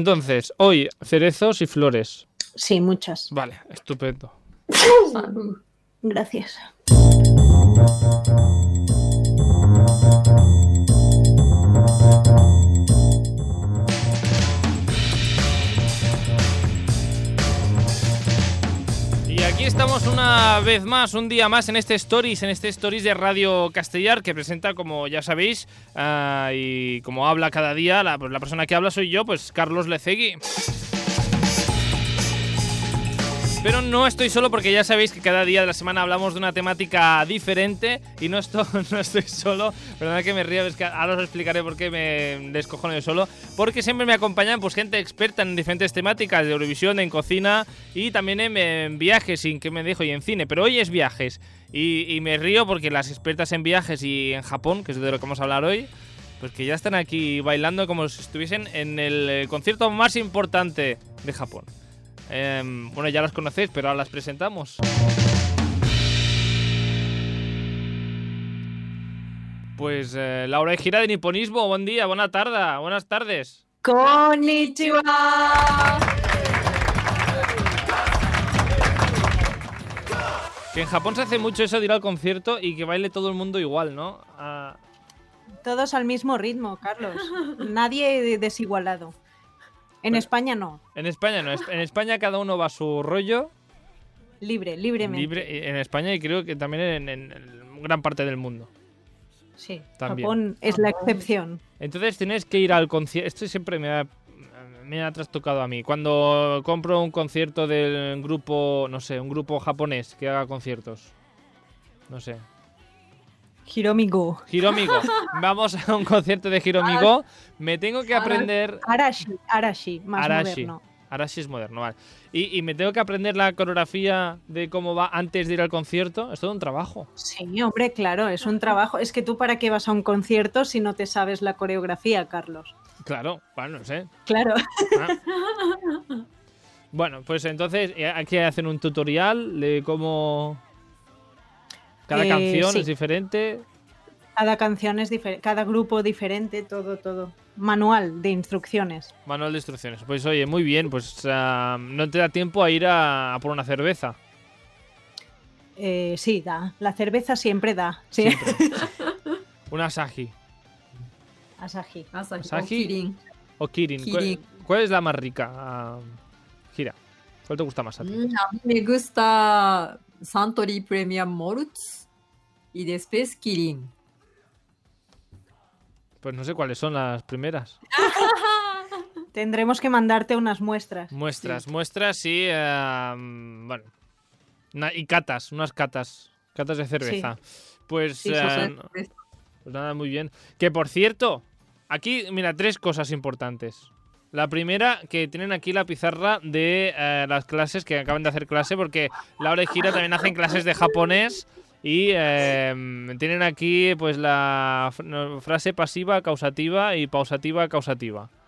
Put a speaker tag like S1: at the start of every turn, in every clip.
S1: Entonces, hoy, cerezos y flores.
S2: Sí, muchas.
S1: Vale, estupendo.
S2: Gracias.
S1: Y aquí estamos una vez más, un día más en este Stories, en este Stories de Radio Castellar, que presenta, como ya sabéis, ah, y como habla cada día, la, pues la persona que habla soy yo, pues Carlos Lecegui. Pero no estoy solo porque ya sabéis que cada día de la semana hablamos de una temática diferente y no estoy, no estoy solo. Perdonad que me río, es que ahora os explicaré por qué me descojono yo solo. Porque siempre me acompañan pues gente experta en diferentes temáticas, de Eurovisión, en cocina y también en, en viajes, sin que me dejo, y en cine. Pero hoy es viajes. Y, y me río porque las expertas en viajes y en Japón, que es de lo que vamos a hablar hoy, pues que ya están aquí bailando como si estuviesen en el eh, concierto más importante de Japón. Em, bueno, ya las conocéis, pero ahora las presentamos. Pues eh, Laura Gira de Niponismo, buen día, buena tarde, buenas tardes.
S2: ¡Konnichiwa!
S1: Que en Japón se hace mucho eso de ir al concierto y que baile todo el mundo igual, ¿no? Ah,
S2: Todos al mismo ritmo, Carlos. Nadie desigualado. En España no.
S1: en España no, en España cada uno va a su rollo,
S2: Libre, libremente.
S1: libre, en España y creo que también en- en- en gran parte del mundo.
S2: Sí,
S1: También.
S2: Japón es la excepción.
S1: Entonces tienes que ir al concierto. Esto siempre me ha, me ha trastocado a mí. Cuando compro un concierto del grupo, no sé, un grupo japonés que haga conciertos. No sé.
S2: Hiromigo.
S1: Hiromigo. Vamos a un concierto de Hiromigo. Me tengo que aprender.
S2: Arashi, Arashi, más
S1: Arashi.
S2: moderno.
S1: Ahora sí es moderno, vale. Y, y me tengo que aprender la coreografía de cómo va antes de ir al concierto. Es todo un trabajo.
S2: Sí, hombre, claro, es un trabajo. Es que tú para qué vas a un concierto si no te sabes la coreografía, Carlos.
S1: Claro, bueno, no sé.
S2: Claro.
S1: Ah. Bueno, pues entonces eh, aquí hacen un tutorial de cómo cada
S2: Eh,
S1: canción
S2: sí.
S1: es diferente.
S2: Cada canción es diferente, cada grupo diferente, todo, todo. Manual de instrucciones.
S1: Manual de instrucciones. Pues oye, muy bien, pues ah, no te da tiempo a ir a, a por una cerveza.
S2: Eh, sí, da. La cerveza siempre da. Sí.
S1: Una Asahi
S2: Asahi.
S3: Asahi.
S1: Asahi.
S3: o Kirin.
S1: o Kirin. ¿Cuál-
S3: Kirin.
S1: ¿Cuál, es la más rica? Ah, Gira. ¿Cuál te gusta más a ti?
S3: Mm, a mí me gusta Santori Premium Moruts y después Kirin.
S1: Pues no sé cuáles son las primeras.
S2: Tendremos que mandarte unas muestras.
S1: Muestras, muestras y. eh, bueno. na- y catas, unas catas. Catas de cerveza. Pues.
S2: Sí, sí,
S1: eh,
S3: O sea,
S1: Pues nada, muy bien. Que por cierto, aquí, mira, tres cosas importantes. La primera, que tienen aquí la pizarra de eh, las clases, que acaban de hacer clase, porque Laura y Gira también hacen clases de japonés. Y eh, tienen aquí pues la fr- no, frase pasiva, causativa y pausativa, causativa.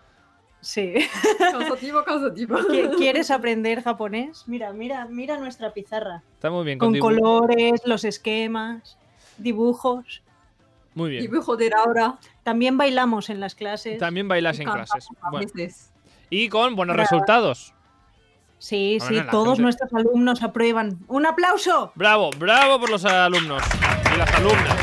S2: Sí.
S3: Causativo, causativo.
S2: ¿Qui- ¿Quieres aprender japonés? Mira, mira, mira nuestra pizarra.
S1: Está muy bien.
S2: Con
S1: dibu-
S2: colores, los esquemas, dibujos.
S1: Muy bien.
S3: Dibujo de Laura.
S2: También bailamos en las clases.
S1: También bailas en
S3: Cantamos
S1: clases.
S3: a
S1: Bueno,
S3: veces.
S1: y con buenos
S2: Bravo.
S1: resultados.
S2: Sí,
S1: Bueno,
S2: sí,
S1: la
S2: todos
S1: gente-
S2: nuestros alumnos aprueban. ¡Un aplauso!
S1: Bravo, bravo por los alumnos y las alumnas.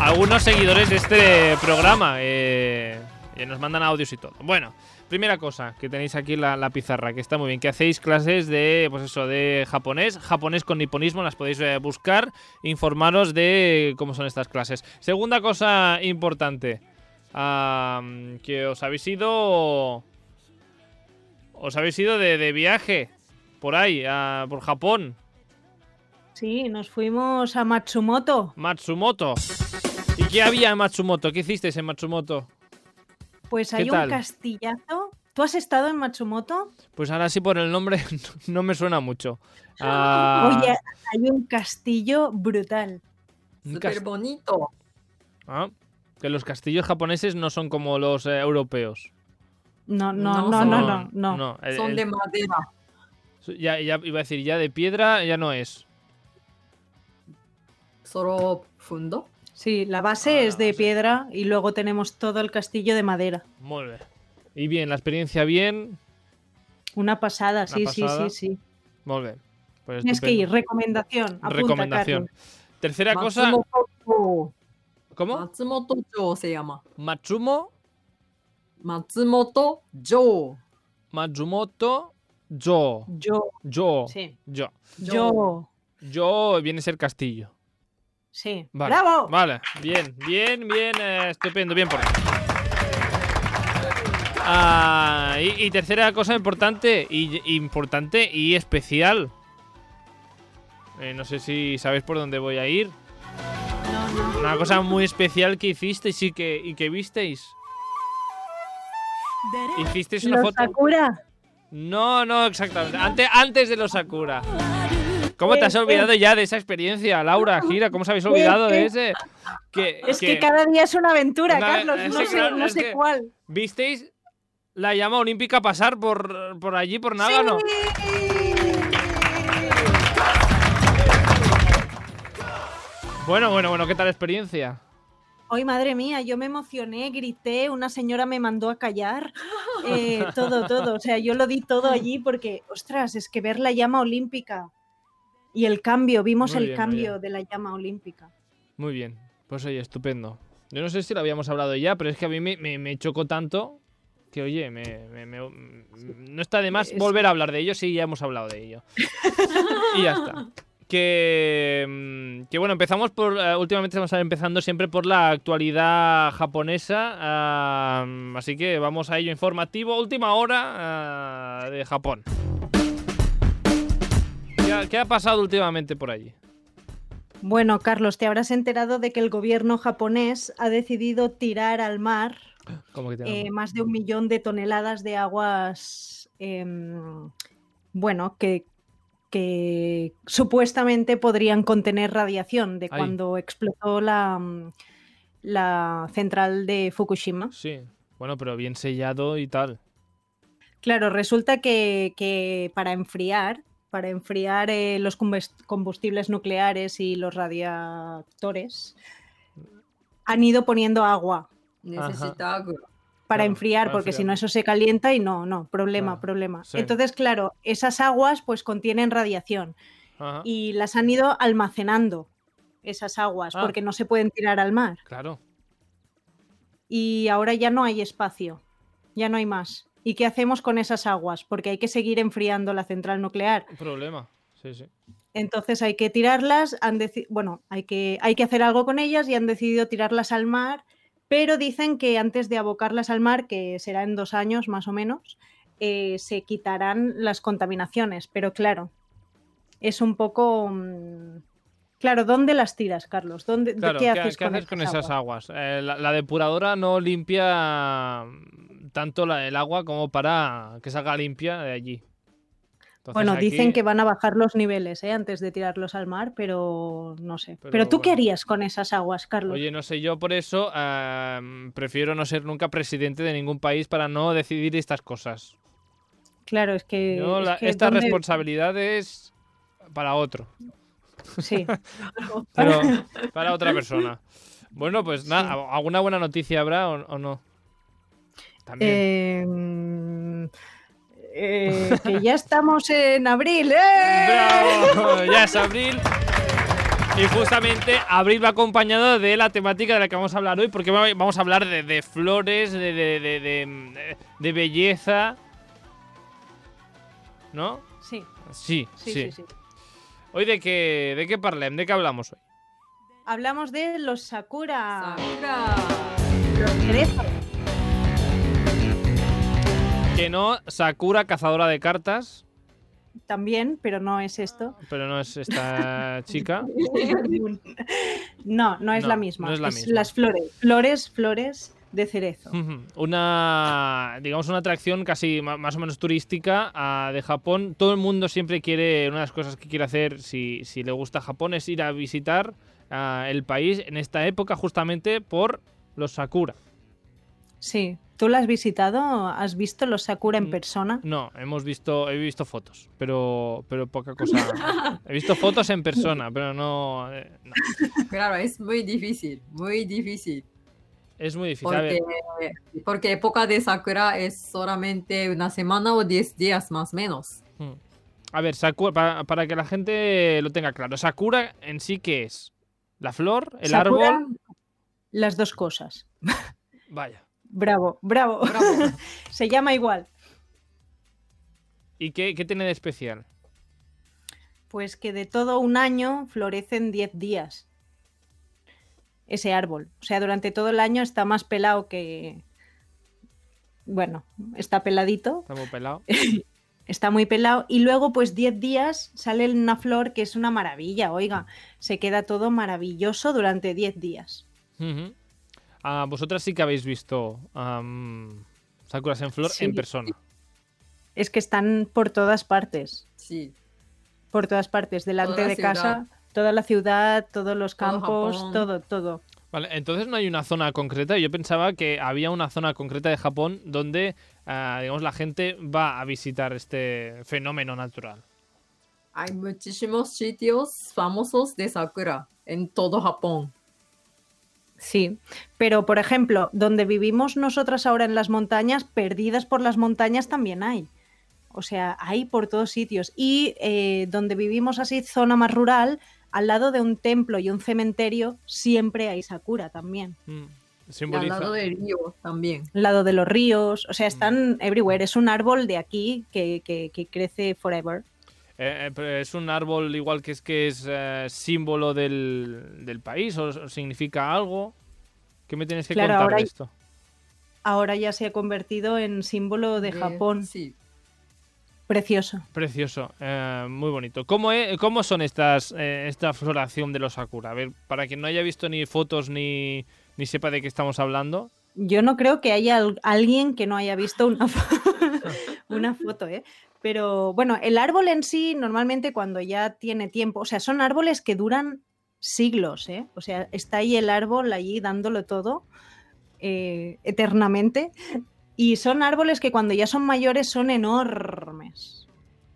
S1: Algunos seguidores de este programa eh, que nos mandan audios y todo. Bueno, primera cosa que tenéis aquí la, la pizarra, que está muy bien, que hacéis clases de, pues eso, de japonés, japonés con niponismo, las podéis eh, buscar, informaros de cómo son estas clases. Segunda cosa importante, ah, que os habéis ido, os habéis ido de- de viaje por ahí, a- por Japón.
S2: Sí, nos fuimos a Matsumoto.
S1: Matsumoto. ¿Y qué había en Matsumoto? ¿Qué hicisteis en Matsumoto?
S2: Pues
S1: ¿Qué
S2: hay
S1: tal?
S2: un castillazo. ¿Tú has estado en Matsumoto?
S1: Pues ahora sí por el nombre no me suena mucho. Ah,
S2: Oye, hay un castillo brutal.
S1: un
S3: Súper
S1: cas-
S3: bonito.
S1: Ah, que los castillos japoneses no son como los eh, europeos.
S2: No, no, no, no,
S3: No,
S2: no,
S3: son-
S2: no.
S1: el-
S3: Son
S1: el-
S3: de madera.
S1: ya, ya iba a decir, ya de piedra ya no es.
S3: Solo fundo.
S2: Sí, la base
S1: Ah, la
S2: es de
S1: base.
S2: piedra y luego tenemos todo el castillo de madera.
S1: Muy bien. Y bien, la experiencia bien.
S2: Una pasada, sí,
S1: pasada.
S2: sí, sí, sí.
S1: Muy bien. Pues
S2: Tienes que
S1: estupendo.
S2: ir. Recomendación. Apunta,
S1: Recomendación.
S2: Carlos.
S1: Tercera cosa.
S3: Matsumoto. Ah.
S1: ¿Cómo?
S3: Matsumoto Joe se llama.
S1: Matsumo,
S3: Matsumoto Joe.
S1: Matsumoto, Yo.
S2: Yo,
S1: Yo.
S2: sí.
S1: Yo.
S2: Yo,
S1: Yo viene a ser Castillo.
S2: sí.
S1: Vale.
S2: ¡Bravo!
S1: Vale, bien, bien, bien, eh, estupendo, bien por ti. Ah, y, y tercera cosa importante y, importante y especial. Eh, no sé si sabéis por dónde voy a ir. Una cosa muy especial que hicisteis y que, y que visteis. Hicisteis una
S2: Los
S1: foto.
S2: Sakura.
S1: No, no, exactamente. Ante- antes de los Sakura. ¿Cómo te has
S2: Eh, eh.
S1: olvidado ya de esa experiencia, Laura, Gira? ¿Cómo os habéis olvidado de
S2: eh.
S1: ese? Que,
S2: Es que cada día es una aventura,
S1: Una-
S2: Carlos.
S1: es
S2: No
S1: que
S2: sé,
S1: claro,
S2: no
S1: es
S2: sé
S1: que-
S2: cuál.
S1: ¿Visteis la llama olímpica pasar por, por allí, por Nágano? Bueno, bueno, bueno, ¿qué tal experiencia?
S2: Hoy, madre mía, yo me emocioné, grité, una señora me mandó a callar, eh, todo, todo. O sea, yo lo di todo allí porque, ostras, es que ver la llama olímpica y el cambio, vimos
S1: Muy
S2: el
S1: bien, muy
S2: cambio de la llama olímpica.
S1: Muy bien. Pues oye, estupendo. Yo no sé si lo habíamos hablado ya, pero es que a mí me, me- me chocó tanto que, oye, me, me- me- no está de más
S2: Es-
S1: volver a hablar de ello si ya hemos hablado de ello. y ya está. Que, mm, que bueno, empezamos por. eh, últimamente estamos empezando siempre por la actualidad japonesa. ah, así que vamos a ello informativo. Última hora ah, de Japón. ¿Qué ha- ¿Qué ha pasado últimamente por allí?
S2: Bueno, Carlos, te habrás enterado de que el gobierno japonés ha decidido tirar al mar
S1: Como que te
S2: eh, más de un millón de toneladas de aguas, em, bueno, que, que supuestamente podrían contener radiación de
S1: Ay.
S2: cuando explotó la, mm, la central de Fukushima.
S1: Sí, bueno, pero bien sellado y tal.
S2: Claro, resulta que, que para enfriar, para enfriar eh, los combust- combustibles nucleares y los radiactores, han ido poniendo agua
S3: Necesita agua.
S2: para
S1: Claro,
S2: enfriar,
S1: para
S2: porque si no
S1: enfriar.
S2: eso se calienta y no, no, problema,
S1: Claro,
S2: problema.
S1: sí.
S2: Entonces, claro, esas aguas pues contienen radiación
S1: Ajá.
S2: y las han ido almacenando esas aguas
S1: Ah.
S2: porque no se pueden tirar al mar
S1: Claro.
S2: y ahora ya no hay espacio, ya no hay más. ¿Y qué hacemos con esas aguas? Porque hay que seguir enfriando la central nuclear.
S1: Un problema. Sí, sí.
S2: Entonces hay que tirarlas, han deci- bueno, hay que, hay que hacer algo con ellas y han decidido tirarlas al mar, pero dicen que antes de abocarlas al mar, que será en dos años más o menos, eh, se quitarán las contaminaciones. Pero claro, es un poco... mm, Claro, ¿dónde las tiras, Carlos? ¿Dónde, de-
S1: Claro,
S2: ¿Qué haces con,
S1: haces con
S2: estas
S1: esas
S2: aguas?
S1: aguas? Eh, la, la depuradora no limpia mm, tanto la- el agua como para que salga limpia de allí. Entonces,
S2: Bueno,
S1: aquí-
S2: dicen que van a bajar los niveles eh, antes de tirarlos al mar, pero no sé.
S1: Pero
S2: Pero, tú qué
S1: bueno.
S2: harías con esas aguas, Carlos?
S1: Oye, no sé, yo por eso eh, prefiero no ser nunca presidente de ningún país para no decidir estas cosas.
S2: claro, es que...
S1: Yo
S2: Eh, es
S1: la-
S2: que
S1: estas
S2: ¿dónde-
S1: responsabilidades para otro.
S2: Sí.
S1: Pero para otra persona. Bueno, pues nada, ¿al- ¿alguna buena noticia habrá o, o no? También.
S2: Eh, mm, eh, que ya estamos en abril. ¡eh!
S1: ¡Bravo! Ya es abril. Y justamente abril va acompañado de la temática de la que vamos a hablar hoy, porque va- vamos a hablar de, de flores, de, de, de- de- de belleza. ¿No?
S2: Sí,
S1: Sí, sí.
S2: sí, sí, sí.
S1: Hoy de qué, de qué parlem, de qué hablamos hoy.
S2: Hablamos de los Sakura.
S3: Sakura.
S2: Cerezo.
S1: Que no, Sakura, cazadora de cartas,
S2: También, pero no es esto.
S1: pero no es esta chica.
S2: No, no es
S1: No,
S2: la misma.
S1: no es la misma. Mm.
S2: las flores. Flores, flores de cerezo.
S1: Ujú. Una, digamos, una atracción casi ma- más o menos turística ah, de Japón. Todo el mundo siempre quiere, una de las cosas que quiere hacer si, si le gusta Japón es ir a visitar ah, el país en esta época justamente por los Sakura.
S2: Sí. ¿Tú la has visitado? ¿Has visto los Sakura en
S1: Mm.
S2: persona?
S1: No, hemos visto, he visto fotos, pero, pero poca cosa. he visto fotos en persona, pero no... eh, no.
S3: Claro, es muy difícil, muy difícil.
S1: Es muy difícil. a ver.
S3: Porque, porque época de sakura es solamente una semana o 10 días más o menos.
S1: Mm. A ver, Sakura, para, para que la gente lo tenga claro, Sakura en sí que es la flor, el
S2: Sakura,
S1: árbol,
S2: Las dos cosas.
S1: vaya.
S2: Bravo, bravo.
S3: Bravo.
S2: Se llama igual.
S1: ¿Y qué, qué tiene de especial?
S2: Pues que de todo un año florecen 10 días ese árbol. O sea, durante todo el año está más pelado que... Bueno, está peladito,
S1: Está muy pelado.
S2: está muy pelado. Y luego, pues 10 días sale una flor que es una maravilla, oiga. Se queda todo maravilloso durante 10 días.
S1: Ujú. Ah, vosotras sí que habéis visto am, Sakuras en flor
S2: Sí.
S1: en persona.
S2: Es que están por todas partes,
S3: Sí.
S2: por todas partes, delante
S3: Toda la
S2: de
S3: ciudad.
S2: casa, toda la ciudad, todos los
S3: Todo
S2: campos,
S3: Japón.
S2: todo, todo.
S1: Vale, entonces no hay una zona concreta. Yo pensaba que había una zona concreta de Japón donde, ah, digamos, la gente va a visitar este fenómeno natural.
S3: Hay muchísimos sitios famosos de sakura en todo Japón.
S2: Sí, pero por ejemplo, donde vivimos nosotras ahora en las montañas, perdidas por las montañas también hay. O sea, hay por todos sitios. Y eh, donde vivimos así, zona más rural, al lado de un templo y un cementerio, siempre hay sakura también.
S1: Mm.
S3: Y al
S1: Simboliza.
S3: lado del río también.
S2: Al lado de los ríos, o sea, están everywhere. Es un árbol de aquí que, que- que crece forever.
S1: Eh, eh, pero es un árbol igual que es que es eh, símbolo del, del país o, o significa algo. ¿Qué me tienes que
S2: Claro,
S1: contar
S2: ahora
S1: de
S2: hay-
S1: esto?
S2: Ahora ya se ha convertido en símbolo de Japón.
S3: Sí.
S2: Precioso.
S1: Precioso, eh, muy bonito. ¿Cómo, e- cómo son estas eh, esta floración de los sakura? A ver, para quien no haya visto ni fotos ni, ni sepa de qué estamos hablando.
S2: Yo no creo que haya al- alguien que no haya visto una, fo- una foto, ¿eh? Pero bueno, el árbol en sí normalmente cuando ya tiene tiempo, o sea, son árboles que duran siglos, ¿eh? O sea, está ahí el árbol allí dándolo todo eh, eternamente. Y son árboles que cuando ya son mayores son enormes,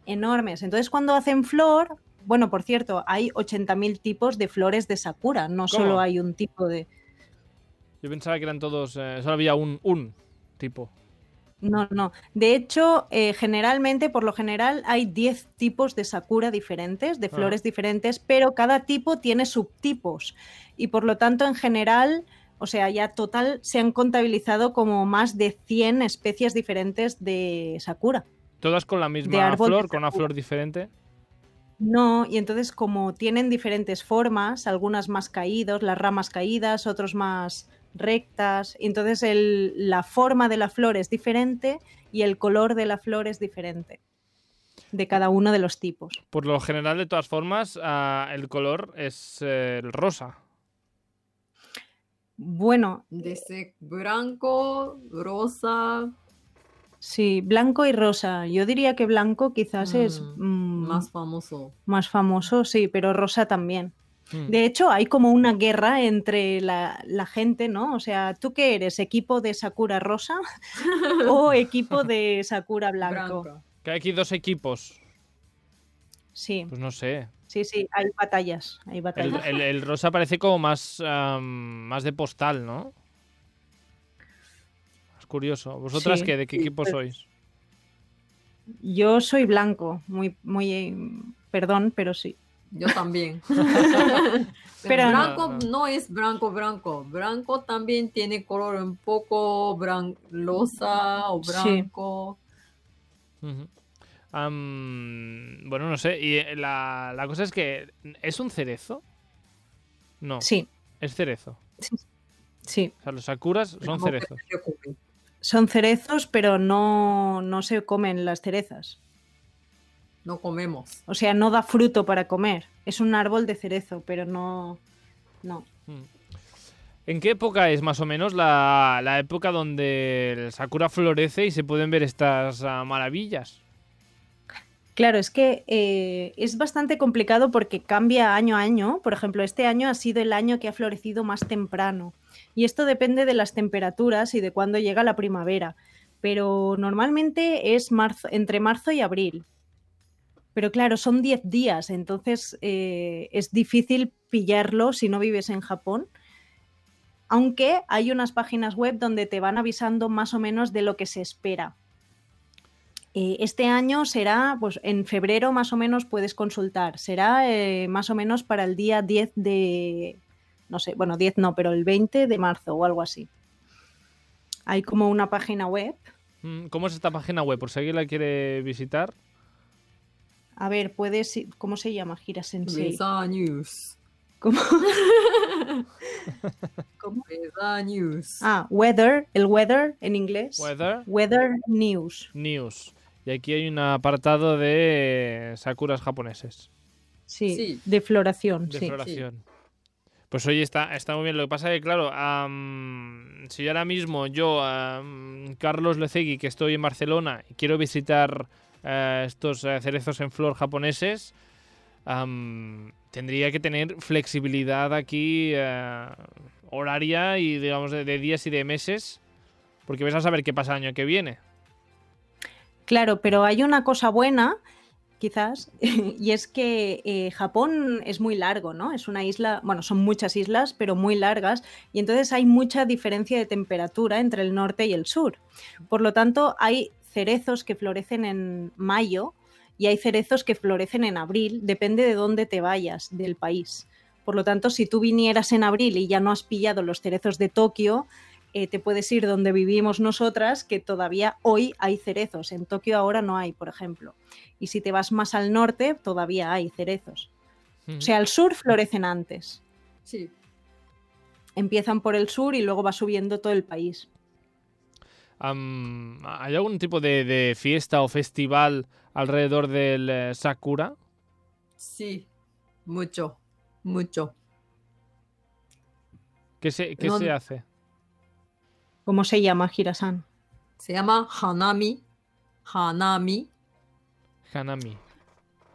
S2: enormes. Entonces cuando hacen flor, bueno, por cierto, hay 80.000 tipos de flores de sakura, no
S1: ¿Cómo?
S2: solo hay un tipo de...
S1: Yo pensaba que eran todos, eh, solo había un, un tipo.
S2: No, no. De hecho, eh, generalmente, por lo general, hay 10 tipos de sakura diferentes, de
S1: Ah.
S2: flores diferentes, pero cada tipo tiene subtipos. Y por lo tanto, en general, o sea, ya total, se han contabilizado como más de 100 especies diferentes de sakura.
S1: Todas con la misma
S2: árbol de
S1: flor, con una
S2: sakura.
S1: flor diferente.
S2: No, y entonces como tienen diferentes formas, algunas más caídos, las ramas caídas, otros más rectas, y entonces el- la forma de la flor es diferente y el color de la flor es diferente de cada uno de los tipos.
S1: Por lo general, de todas formas, ah, el color es eh, el rosa.
S2: Bueno,
S3: Desde blanco, rosa,
S2: sí, blanco y rosa. Yo diría que blanco quizás es
S3: Mm,
S2: mm,
S3: más famoso.
S2: más famoso, sí, pero rosa también.
S1: Mm.
S2: De hecho, hay como una guerra entre la, la gente, ¿no? O sea, ¿tú qué eres? ¿Equipo de Sakura Rosa o equipo de Sakura Blanco?
S3: Blanca.
S1: Que hay aquí dos equipos.
S2: Sí,
S1: Pues no sé.
S2: sí, sí, hay batallas, hay
S1: El,
S2: batallas.
S1: el- el rosa parece como más, am, más de postal, ¿no? Es curioso. ¿Vosotras
S2: Sí,
S1: qué? ¿De qué
S3: sí,
S1: equipo
S3: pues-
S1: sois?
S2: Yo soy blanco, muy, muy, eh, perdón, pero sí.
S3: Yo también.
S2: Pero-
S3: blanco
S1: No,
S3: no,
S1: no.
S3: es blanco, blanco. Blanco también tiene color un poco bran- rosa o
S2: Sí.
S3: blanco.
S1: Ujú. Am, bueno, no sé. Y eh, la, la cosa es que. ¿Es un cerezo? No,
S2: Sí,
S1: es cerezo.
S2: sí.
S1: O sea, los sakuras son
S3: Como
S1: cerezos.
S3: que se come.
S2: Son cerezos, pero no, no se comen las cerezas.
S3: No comemos.
S2: O sea, no da fruto para comer. Es un árbol de cerezo, pero no. No.
S1: Mm. ¿En qué época es más o menos la, la época donde el sakura florece y se pueden ver estas ah, maravillas?
S2: Claro, es que eh, es bastante complicado porque cambia año a año. Por ejemplo, este año ha sido el año que ha florecido más temprano. Y esto depende de las temperaturas y de cuándo llega la primavera. Pero normalmente es marzo, entre marzo y abril. Pero claro, son 10 días, entonces eh, es difícil pillarlo si no vives en Japón. aunque hay unas páginas web donde te van avisando más o menos de lo que se espera. Eh, este año será, pues en febrero más o menos puedes consultar, será eh, más o menos para el día 10 de, no sé, bueno, 10 no, pero el 20 de marzo o algo así. Hay como una página web.
S1: Mm, ¿Cómo es esta página web? Por si alguien la quiere visitar.
S2: A ver, puedes, ¿cómo se llama? Gira Sensei.
S3: Reza News.
S2: ¿Cómo?
S3: Reza News.
S2: Ah, weather, el weather en inglés.
S1: Weather
S2: Weather News.
S1: News. Y aquí hay un apartado de eh, sakuras japoneses.
S2: Sí,
S3: Sí.
S2: de floración.
S1: De
S2: sí.
S1: floración. Pues oye, está, está muy bien. Lo que pasa es que, claro, am, si ahora mismo yo, am, Carlos Lecegui, que estoy en Barcelona, y quiero visitar eh, estos eh, cerezos en flor japoneses, am, tendría que tener flexibilidad aquí eh, horaria y, digamos, de, de días y de meses, porque ves a saber qué pasa el año que viene.
S2: Claro, pero hay una cosa buena, quizás, y es que eh, Japón es muy largo, ¿no? Es una isla, bueno, son muchas islas, pero muy largas, y entonces hay mucha diferencia de temperatura entre el norte y el sur. Por lo tanto, hay cerezos que florecen en mayo y hay cerezos que florecen en abril, depende de dónde te vayas del país. Por lo tanto, si tú vinieras en abril y ya no has pillado los cerezos de Tokio, eh, te puedes ir donde vivimos nosotras, que todavía hoy hay cerezos. En Tokio ahora no hay, por ejemplo. Y si te vas más al norte, todavía hay cerezos. O sea, al sur florecen antes.
S3: Sí.
S2: Empiezan por el sur y luego va subiendo todo el país.
S1: Am, ¿Hay algún tipo de, de fiesta o festival alrededor del eh, Sakura?
S3: Sí. Mucho. Mucho.
S1: ¿Qué se, qué
S3: No,
S1: se
S3: no.
S1: hace?
S2: ¿Cómo se llama, Hirasan?
S3: Se llama Hanami. Hanami.
S1: Hanami.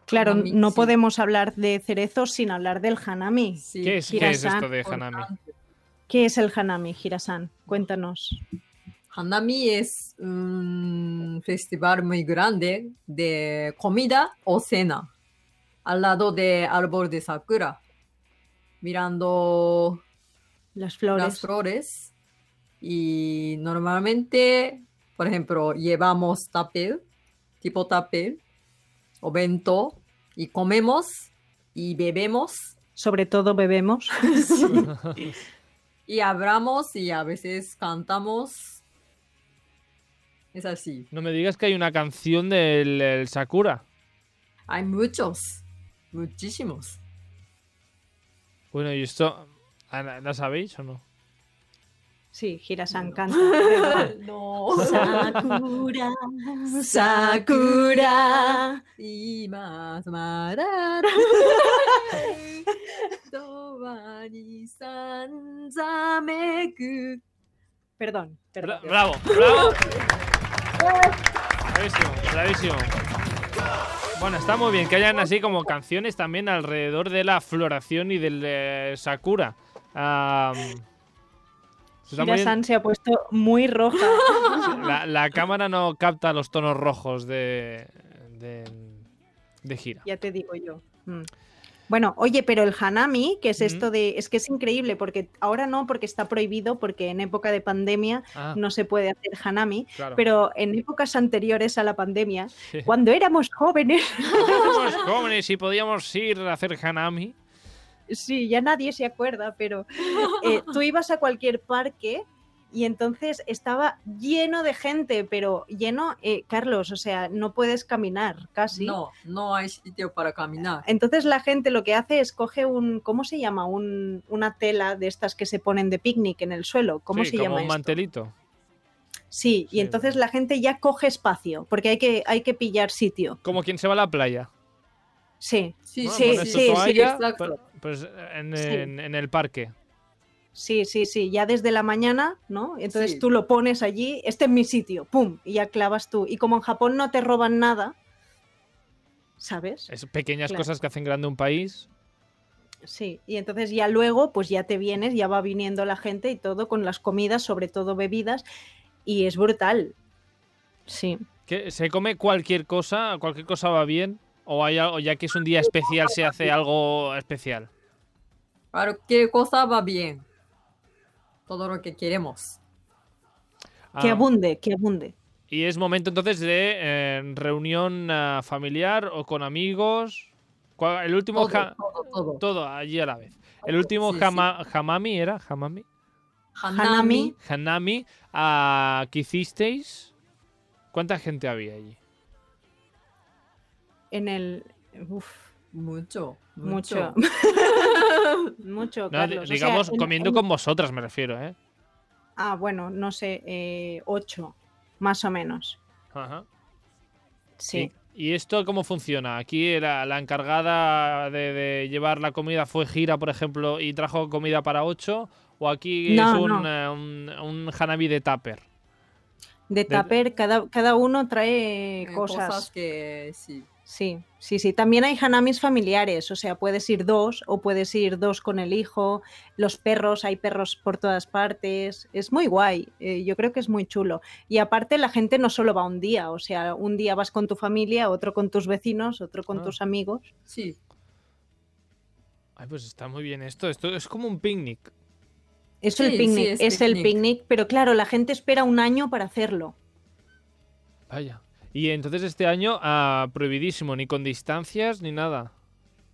S2: Claro,
S3: Hanami,
S2: no
S3: sí.
S2: podemos hablar de cerezos sin hablar del hanami.
S3: Sí.
S1: ¿Qué es, qué es
S2: Kira-san,
S1: esto de
S3: Por
S1: Hanami?
S3: tanto,
S2: ¿Qué es el hanami, Hirasan? Cuéntanos.
S3: Hanami es un festival muy grande de comida o cena al lado del árbol de sakura, mirando
S2: Las flores.
S3: las flores y normalmente, por ejemplo, llevamos tapel, tipo tapel o bento y comemos y bebemos
S2: Sobre todo bebemos.
S3: y hablamos y a veces cantamos. Es así.
S1: No me digas que hay una canción del el Sakura.
S3: Hay muchos, muchísimos.
S1: Bueno, ¿y esto ah, la la sabéis o no?
S2: Sí, Hirasan
S3: No.
S2: canta. beba.
S3: No.
S2: Sakura,
S3: Sakura. Y más marara. Toba ni sanzameku.
S2: Perdón,
S1: Bra-
S2: perdón.
S1: bravo, bravo. Bravísimo, bravísimo. Bueno, está muy bien que hayan así como canciones también alrededor de la floración y del eh, Sakura. Am, está muy bien.
S2: Mira, San se ha puesto muy roja.
S1: La, la cámara no capta los tonos rojos de, de, de gira.
S2: ya te digo yo. Mm. Bueno, oye, pero el hanami, que es
S1: Ujú.
S2: esto de, es que es increíble porque ahora no, porque está prohibido, porque en época de pandemia
S1: Ah,
S2: no se puede hacer hanami,
S1: claro.
S2: pero en épocas anteriores a la pandemia,
S1: Sí.
S2: cuando éramos jóvenes,
S1: Éramos jóvenes y podíamos ir a hacer hanami.
S2: Sí, ya nadie se acuerda, pero eh, tú ibas a cualquier parque y entonces estaba lleno de gente, pero lleno, eh, Carlos, o sea, no puedes caminar casi.
S3: No, no hay sitio para caminar.
S2: Entonces la gente lo que hace es coge un, ¿cómo se llama? Un- una tela de estas que se ponen de picnic en el suelo. ¿Cómo
S1: Sí,
S2: se
S1: como
S2: llama?
S1: un
S2: esto?
S1: mantelito. Sí,
S2: Sí, y entonces
S1: bueno.
S2: la gente ya coge espacio, porque hay que, hay que pillar sitio.
S1: Como quien se va a la playa.
S2: Sí,
S3: Sí,
S1: Bueno,
S2: sí,
S1: pones tu
S2: sí, sí,
S1: toalla,
S3: exacto.
S1: pa- pues, en,
S2: Sí.
S1: en- en el parque.
S2: Sí, sí, sí, ya desde la mañana, ¿no? Entonces
S3: Sí.
S2: tú lo pones allí, este es mi sitio, pum, y ya clavas tú. Y como en Japón no te roban nada, ¿sabes?
S1: Es pequeñas
S2: Claro.
S1: cosas que hacen grande un país.
S2: Sí, y entonces ya luego, pues ya te vienes, ya va viniendo la gente y todo con las comidas, sobre todo bebidas, y es brutal. Sí.
S1: Que se come cualquier cosa, cualquier cosa va bien. O, hay, al- o ya que es un día especial, se hace algo especial.
S3: Cualquier cosa va bien. todo lo que queremos.
S2: Que
S1: Ah,
S2: abunde, que abunde.
S1: y es momento entonces de eh, reunión ah, familiar o con amigos. ¿Cuál- El último
S3: Todo,
S1: ja-
S3: todo, todo.
S1: todo allí a la vez. El último
S3: Sí, sí.
S1: jama- Hamami era Hamami.
S2: Hanami.
S1: Hanami ah, que hicisteis. ¿Cuánta gente había allí?
S2: En el. Uf,
S3: mucho, mucho.
S2: mucho. mucho,
S1: No, di-
S2: Carlos. O sea,
S1: digamos,
S2: en-
S1: comiendo
S2: en-
S1: con vosotras, me refiero, ¿eh?
S2: Ah, bueno, no sé, eh, ocho, más o menos.
S1: Ajá.
S2: Sí.
S1: ¿Y, y esto cómo funciona? Aquí la, la encargada de, de llevar la comida fue Gira, por ejemplo, y trajo comida para ocho. ¿O aquí es
S2: No,
S1: un,
S2: no.
S1: eh, un, un hanami de tupper?
S2: De taper, cada, cada uno trae
S3: Eh,
S2: cosas.
S3: que sí.
S2: Sí, sí, sí. También hay hanamis familiares, o sea, puedes ir dos o puedes ir dos con el hijo, los perros, hay perros por todas partes. Es muy guay, eh, yo creo que es muy chulo. Y aparte la gente no solo va un día, o sea, un día vas con tu familia, otro con tus vecinos, otro con
S1: Ah.
S2: tus amigos.
S3: Sí,
S1: Ay, pues está muy bien esto. Esto es como un picnic.
S2: Es
S3: Sí,
S2: el
S3: sí,
S2: picnic,
S3: es
S2: es, el
S3: picnic.
S2: picnic, pero claro, la gente espera un año para hacerlo.
S1: Vaya. Y entonces este año, ah, prohibidísimo, ni con distancias ni nada.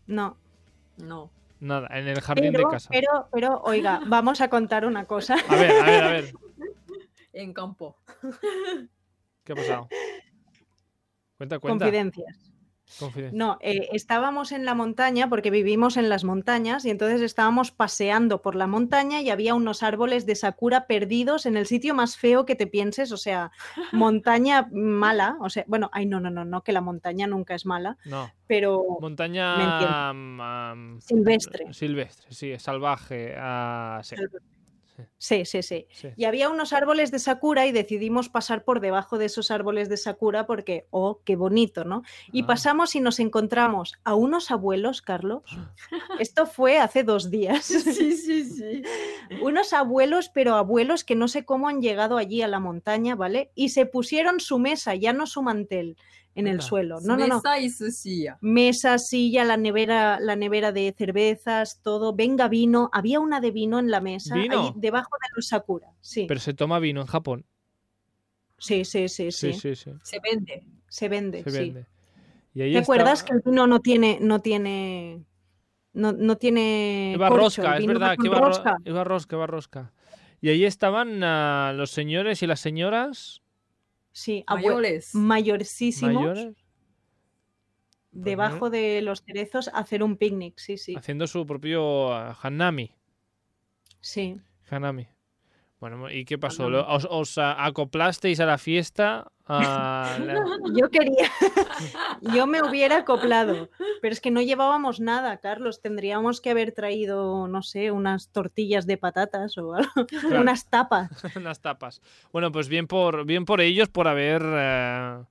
S2: No,
S3: no.
S1: Nada, en el jardín
S2: pero,
S1: de casa.
S2: pero, pero, oiga, vamos a contar una cosa.
S1: A ver, a ver, a ver.
S3: En campo.
S1: ¿Qué ha pasado? Cuenta, cuenta.
S2: Confidencias.
S1: Confidencia.
S2: No, eh, estábamos en la montaña porque vivimos en las montañas y entonces estábamos paseando por la montaña y había unos árboles de sakura perdidos en el sitio más feo que te pienses, o sea, montaña mala, o sea, bueno, ay no, no, no, no, que la montaña nunca es mala,
S1: No.
S2: pero Me
S1: Montaña am, am, eh,
S2: silvestre.
S1: silvestre, sí, salvaje. ah, sí,
S2: Sí, sí, sí.
S1: sí.
S2: Y había unos árboles de sakura y decidimos pasar por debajo de esos árboles de sakura porque, oh, qué bonito, ¿no? Y
S1: Ah.
S2: pasamos y nos encontramos a unos abuelos, Carlos. Esto fue hace dos días.
S3: Sí, sí, sí.
S2: unos abuelos, pero abuelos que no sé cómo han llegado allí a la montaña, ¿vale? Y se pusieron su mesa, ya no su mantel, en el
S1: Anda.
S2: suelo. No, no, no.
S3: Mesa y su silla.
S2: Mesa, silla, la nevera, la nevera de cervezas, todo. Venga, vino. Había una de vino en la mesa, ahí
S1: ¿Vino?
S2: debajo de los sakura. Sí.
S1: Pero se toma vino en Japón.
S2: sí, sí, sí, sí,
S1: Sí, sí, sí.
S3: Se vende.
S2: Se vende,
S1: Se
S2: sí.
S1: vende. Y ahí
S2: ¿Te acuerdas que
S1: estaba-
S2: el vino no tiene, no tiene, no, no tiene
S1: Iba
S2: Eh, corcho,
S1: rosca,
S2: el
S1: es
S2: vino va
S1: verdad,
S2: con
S1: que iba, ro-
S2: rosca?
S1: iba rosca, iba rosca. Y ahí estaban ah, los señores y las señoras
S2: Sí,
S3: Ah,
S2: abuelos
S3: Mayores.
S2: mayorcísimos.
S1: mayores no.
S2: debajo de los cerezos hacer un picnic, sí, sí.
S1: haciendo su propio ah, hanami.
S2: Sí.
S1: Hanami. Bueno, ¿y qué pasó?
S3: Hanami.
S1: Lo- ¿Os, os, ah, acoplasteis a la fiesta? Ah, la-
S2: Yo quería, yo me hubiera acoplado, pero es que no llevábamos nada, Carlos. Tendríamos que haber traído, no sé, unas tortillas de patatas o algo,
S1: Claro.
S2: unas tapas.
S1: unas tapas. Bueno, pues bien por, bien por ellos por haber eh,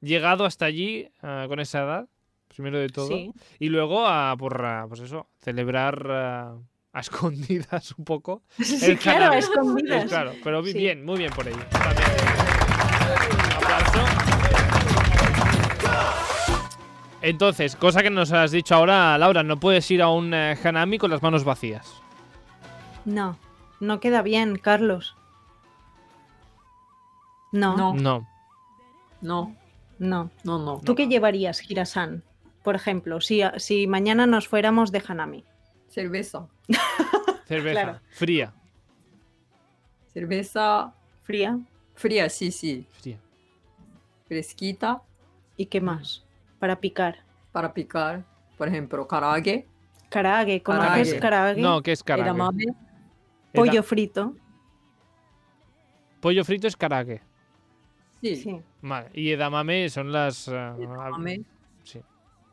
S1: llegado hasta allí eh, con esa edad, primero de todo.
S2: Sí,
S1: Y luego ah, por, ah, pues eso, celebrar ah, a escondidas un poco.
S2: sí
S1: El
S2: claro, a
S1: cannabis.
S2: escondidas.
S1: Eh, claro, pero bi-
S2: Sí.
S1: bien, muy bien por ellos. También. Aplauso. Entonces, cosa que nos has dicho ahora, Laura, no puedes ir a un eh, hanami con las manos vacías.
S2: No, no queda bien, Carlos. No, no.
S3: No,
S1: No.
S3: no, no, no.
S2: ¿Tú qué llevarías, Girasan? Por ejemplo, si, si mañana nos fuéramos de Hanami.
S3: Cerveza.
S1: Cerveza
S2: Claro.
S1: fría.
S3: Cerveza
S2: Fría.
S3: fría, sí, sí.
S1: Fría.
S3: Fresquita
S2: ¿Y qué más? Para picar.
S3: para picar. Por ejemplo, karaage,
S2: Karaage, ¿conoces
S3: Karaage.
S2: karaage?
S1: No, que es karaage.
S3: edamame,
S1: Eda-
S2: Pollo frito.
S1: pollo frito es karaage.
S3: sí,
S2: Sí.
S1: Vale. Y edamame son las, ah,
S3: edamame,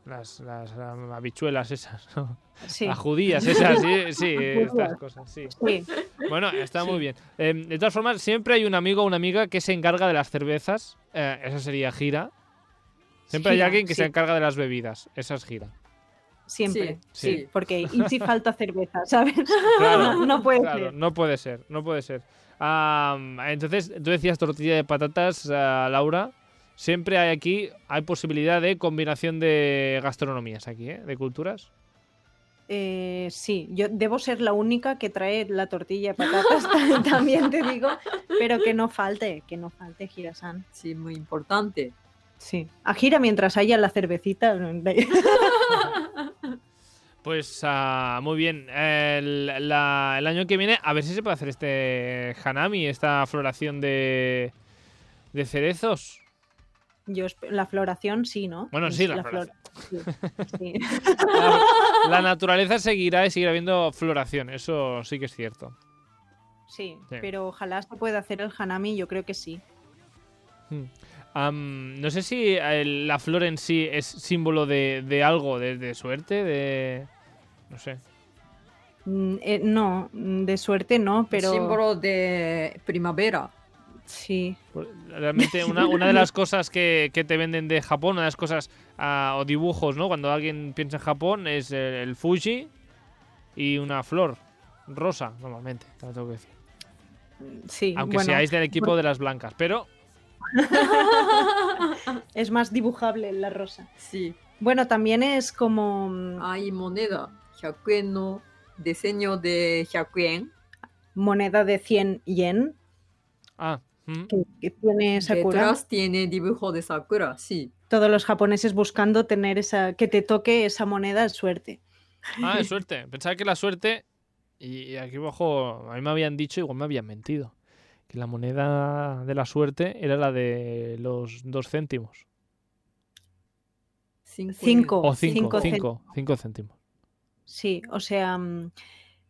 S1: las, las, ah, habichuelas esas, ¿no?
S2: Sí.
S1: las judías esas, sí, sí, estas
S2: Judías.
S1: cosas, sí.
S2: Sí.
S1: Bueno, está
S2: Sí.
S1: muy bien. Eh, de todas formas, siempre hay un amigo o una amiga que se encarga de las cervezas. Eh, esa sería gira. Siempre hay
S2: Gira,
S1: alguien que se
S2: sí.
S1: encarga de las bebidas. Esa es gira.
S2: Siempre.
S1: Sí.
S2: Sí. Porque y si falta cerveza, ¿sabes?
S1: Claro,
S2: No, no puede
S1: claro,
S2: ser.
S1: no puede ser, no puede ser. Ah, entonces, tú decías tortilla de patatas, ah, Laura. Siempre hay aquí, hay posibilidad de combinación de gastronomías aquí, ¿eh? De culturas.
S2: Eh, sí, yo debo ser la única que trae la tortilla de patatas, también te digo, pero que no falte, que no falte Girasan.
S3: Sí, muy importante.
S2: Sí, a Gira mientras haya la cervecita.
S1: Pues ah, muy bien. El, la- el año que viene, a ver si se puede hacer este hanami, esta floración de, de cerezos.
S2: Yo esp- la floración sí, ¿no?
S1: Bueno, sí, la
S2: flor- sí, sí.
S1: La, la naturaleza seguirá y seguirá habiendo floración, eso sí que es cierto.
S2: Sí,
S1: Sí.
S2: pero ojalá se pueda hacer el hanami, yo creo que sí.
S1: Mm. Am, no sé si eh, la flor en sí es símbolo de, de algo, de, de suerte, de... No sé.
S2: Mm, eh, no, mm, de suerte no, pero
S3: Símbolo de primavera.
S2: sí.
S1: Pues, Realmente una, una de las cosas que, que te venden de Japón, una de las cosas ah, o dibujos, ¿no? Cuando alguien piensa en Japón es el, el Fuji y una flor rosa, normalmente, te lo tengo que decir.
S2: Sí,
S1: Aunque
S2: bueno,
S1: seáis del equipo de las blancas, pero
S2: es más dibujable la rosa.
S3: Sí.
S2: Bueno, también es como mm,
S3: Hay moneda. 100 yen no. Diseño de 100 yen.
S2: moneda de 100 yen
S1: ah, mm,
S2: que, que tiene Sakura.
S3: Detrás tiene dibujo de Sakura. Sí.
S2: Todos los japoneses buscando tener esa que te toque esa moneda es suerte.
S1: ah, es suerte. Pensaba que la suerte y y aquí abajo a mí me habían dicho, igual me habían mentido, que la moneda de la suerte era la de los dos céntimos
S3: Cinco.
S2: Cinco.
S1: o cinco,
S2: Cinco
S1: cinco, cinco céntimos.
S2: Sí, o sea, mm,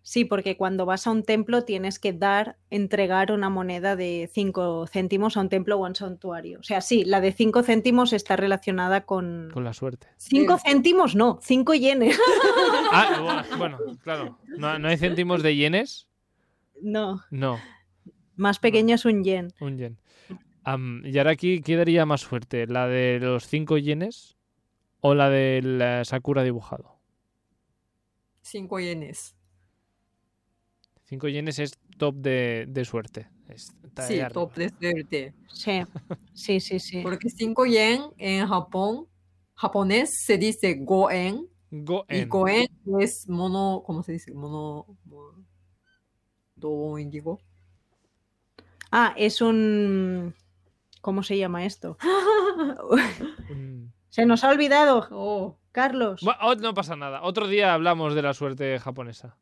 S2: sí, porque cuando vas a un templo tienes que dar, entregar una moneda de 5 céntimos a un templo o a un santuario. O sea, sí, la de 5 céntimos está relacionada con...
S1: Con la suerte.
S2: 5 céntimos, no, 5 yenes.
S1: Ah, bu- bueno, claro. ¿No, no hay céntimos de yenes?
S2: No,
S1: No,
S2: más pequeño es un yen.
S1: un yen. Am, y ahora aquí, ¿qué daría más fuerte? ¿La de los 5 yenes o la del eh, Sakura dibujado?
S3: Cinco yenes.
S1: 5 yenes es top de, de suerte. Es- está ahí
S3: Sí,
S1: arriba.
S3: top de suerte.
S2: Sí, sí, sí, sí.
S3: Porque 5 yen en Japón, japonés se dice goen. Y
S1: Go-en.
S3: goen es mono, ¿cómo se dice? Mono. mono do indigo.
S2: Ah, es un... ¿Cómo se llama esto?
S1: Mm.
S2: Se nos ha olvidado,
S3: oh.
S2: Carlos.
S1: Bu- oh, no pasa nada. Otro día hablamos de la suerte japonesa.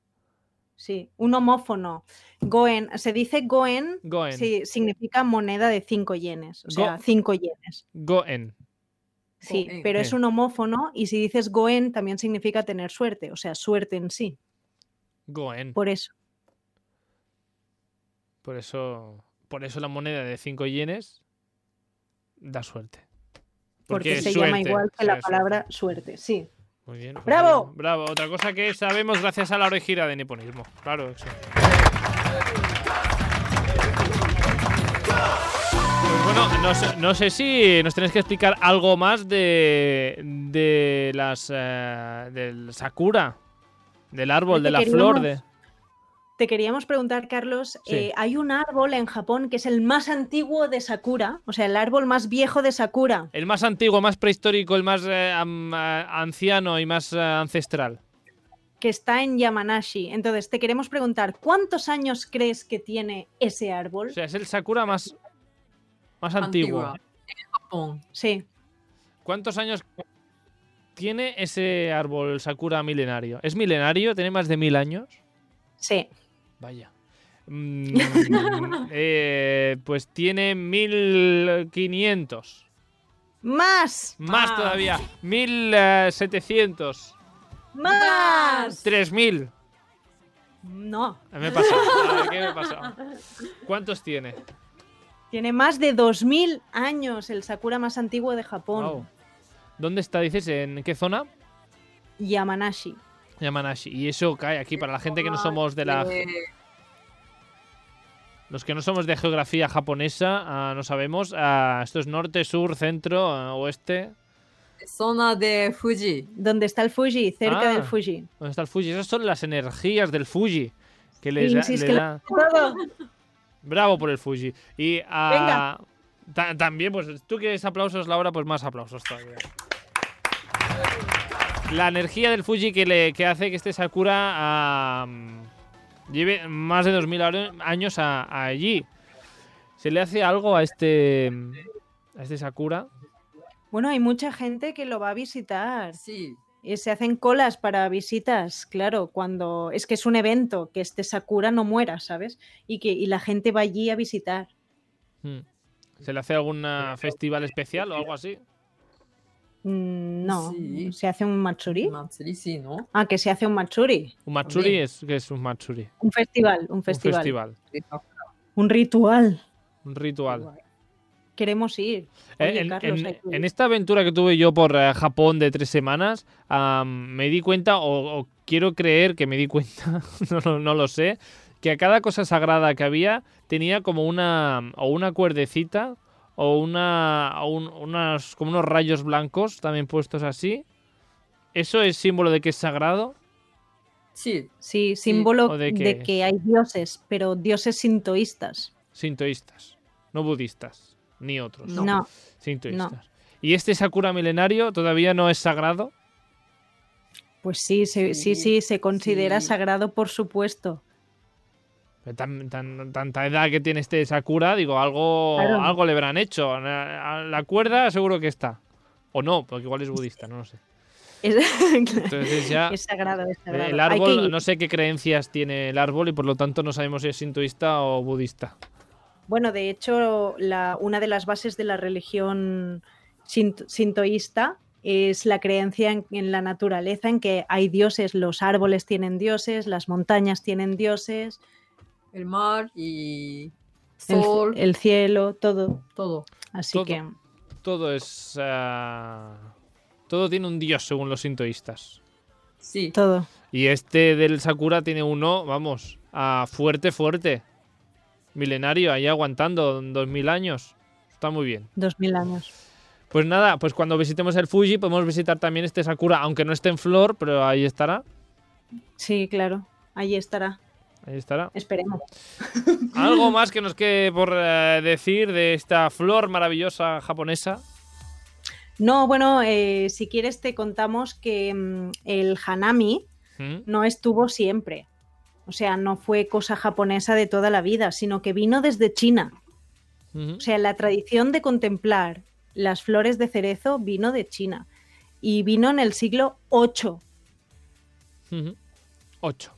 S2: Sí, un homófono. Goen, se dice Goen
S1: Go-en.
S2: Sí, significa moneda de 5 yenes, o sea,
S1: Go-
S2: 5 yenes.
S1: Go-en.
S2: Sí,
S3: Goen.
S2: pero es
S1: Sí.
S2: un homófono y si dices goen también significa tener suerte, o sea, suerte en sí,
S1: Go-en.
S2: por eso.
S1: Por eso, por eso la moneda de 5 yenes da suerte.
S2: Porque
S1: es
S2: se llama
S1: suerte,
S2: igual que la
S1: sí, es
S2: palabra suerte, sí.
S1: Muy bien. pues
S2: ¡Bravo!
S1: bien, Bravo. Otra cosa que sabemos gracias a la orejira de niponismo. Claro, eso. Pues bueno, no sé, no sé si nos tenéis que explicar algo más de, de las eh, del sakura, del árbol,
S2: Lo
S1: de
S2: que
S1: la flor, de
S2: queríamos- Te queríamos preguntar, Carlos,
S1: Sí.
S2: eh, hay un árbol en Japón que es el más antiguo de Sakura, o sea, el árbol más viejo de Sakura.
S1: el más antiguo, más prehistórico, el más eh, am- eh, anciano y más eh, ancestral.
S2: que está en Yamanashi. Entonces, te queremos preguntar, ¿cuántos años crees que tiene ese árbol?
S1: O sea, es el sakura más más antiguo.
S3: Antigua. En Japón.
S2: Sí,
S1: ¿Cuántos años tiene ese árbol Sakura milenario? ¿Es milenario? ¿Tiene más de mil años?
S2: sí.
S1: Vaya. Mm, eh, pues tiene 1500.
S2: Más,
S1: Más
S3: Ah.
S1: todavía. 1700.
S2: más.
S1: 3000.
S2: No,
S1: Me he pasado. Ah, ¿Qué me he pasado? ¿Cuántos tiene?
S2: tiene más de 2000 años el Sakura más antiguo de Japón,
S1: Guau. ¿Dónde está? Dices, ¿en qué zona?
S2: Yamanashi.
S1: Yamanashi. Y eso cae aquí para la gente que no somos de la
S3: Eh,
S1: Los que no somos de geografía japonesa, ah, no sabemos. Ah, esto es norte, sur, centro, ah, oeste.
S3: zona de Fuji.
S2: Donde está el Fuji, cerca
S1: Ah.
S2: del Fuji.
S1: ¿Dónde está el Fuji? Esas son las energías del Fuji. Que les
S2: Sí,
S1: da-
S2: sí, es
S1: le
S2: que lo-
S1: da- Bravo por el Fuji. Y ah, ta- también, pues tú quieres aplausos, Laura, pues más aplausos todavía. La energía del Fuji que, le, que hace que este Sakura ah, lleve más de 2000 aro- años a- a allí. ¿Se le hace algo a este, a este Sakura?
S2: Bueno, hay mucha gente que lo va a visitar.
S3: Sí,
S2: Y se hacen colas para visitas, claro, cuando es que es un evento, que este Sakura no muera, ¿sabes? Y que y la gente va allí a visitar.
S1: Hmm. ¿Se le hace algún ah, festival especial o algo así?
S2: Mm, No,
S3: Sí.
S2: se hace un matsuri.
S3: Matsuri, sí, ¿no?
S2: Ah, que se hace un matsuri.
S1: ¿Un matsuri?
S3: También.
S1: Es, ¿Qué es un matsuri?
S2: Un festival, un festival.
S1: Un
S2: Un,
S1: festival,
S3: De Sakura.
S2: ritual.
S1: un ritual.
S2: Queremos ir.
S1: Eh,
S2: Oye,
S1: en,
S2: Carlos,
S1: en-
S2: hay que ir.
S1: en esta aventura que tuve yo por eh, Japón de tres semanas, am, me di cuenta, o, o quiero creer que me di cuenta, no, lo- no lo sé, que a cada cosa sagrada que había tenía como una, o una cuerdecita o, una, o un- unas, como unos rayos blancos también puestos así. ¿Eso es símbolo de que es sagrado?
S3: Sí,
S2: Sí, símbolo
S1: ¿O de
S2: de,
S1: qué es?
S2: que hay dioses, pero dioses sintoístas.
S1: Sintoístas, no budistas, ni otros.
S3: No.
S2: no.
S1: Sintoístas. ¿Y este Sakura milenario todavía no es sagrado?
S2: Pues sí, se- sí,
S3: Sí,
S2: sí, se considera
S3: sí.
S2: sagrado, por supuesto.
S1: Pero Tan, tan- tanta edad que tiene este Sakura, digo, algo,
S2: Claro.
S1: algo le habrán hecho. La, a la cuerda seguro que está. O no, porque igual es budista, no lo sé.
S2: Es,
S1: Entonces ya eh,
S2: es sagrado, es sagrado.
S1: el
S2: Hay que
S1: árbol,
S2: ir.
S1: no sé qué creencias tiene el árbol y por lo tanto no sabemos si es sintoísta o budista.
S2: Bueno, de hecho, la- una de las bases de la religión sint- sintoísta es la creencia en, en la naturaleza, en que hay dioses, los árboles tienen dioses, las montañas tienen dioses,
S3: el mar y
S2: el,
S3: sol,
S2: el cielo, todo.
S3: todo.
S2: Así
S1: Todo.
S2: que
S1: Todo es... ah, todo tiene un dios según los sintoístas.
S3: Sí,
S2: todo.
S1: Y este del Sakura tiene uno, vamos, a fuerte, fuerte. Milenario, ahí aguantando, dos mil años. Está muy bien.
S2: Dos mil años.
S1: Pues nada, pues cuando visitemos el Fuji podemos visitar también este Sakura, aunque no esté en flor, pero ahí estará.
S2: Sí, claro. Allí estará.
S1: Ahí estará.
S2: Esperemos.
S1: ¿Algo más que nos quede por eh, decir de esta flor maravillosa japonesa?
S2: No, bueno, eh, si quieres te contamos que mm, el hanami
S1: ¿Mm?
S2: no estuvo siempre. O sea, no fue cosa japonesa de toda la vida, sino que vino desde China.
S1: Ujú.
S2: O sea, la tradición de contemplar las flores de cerezo vino de China y vino en el siglo 8,
S1: Ujú. ¿Mm? Ocho.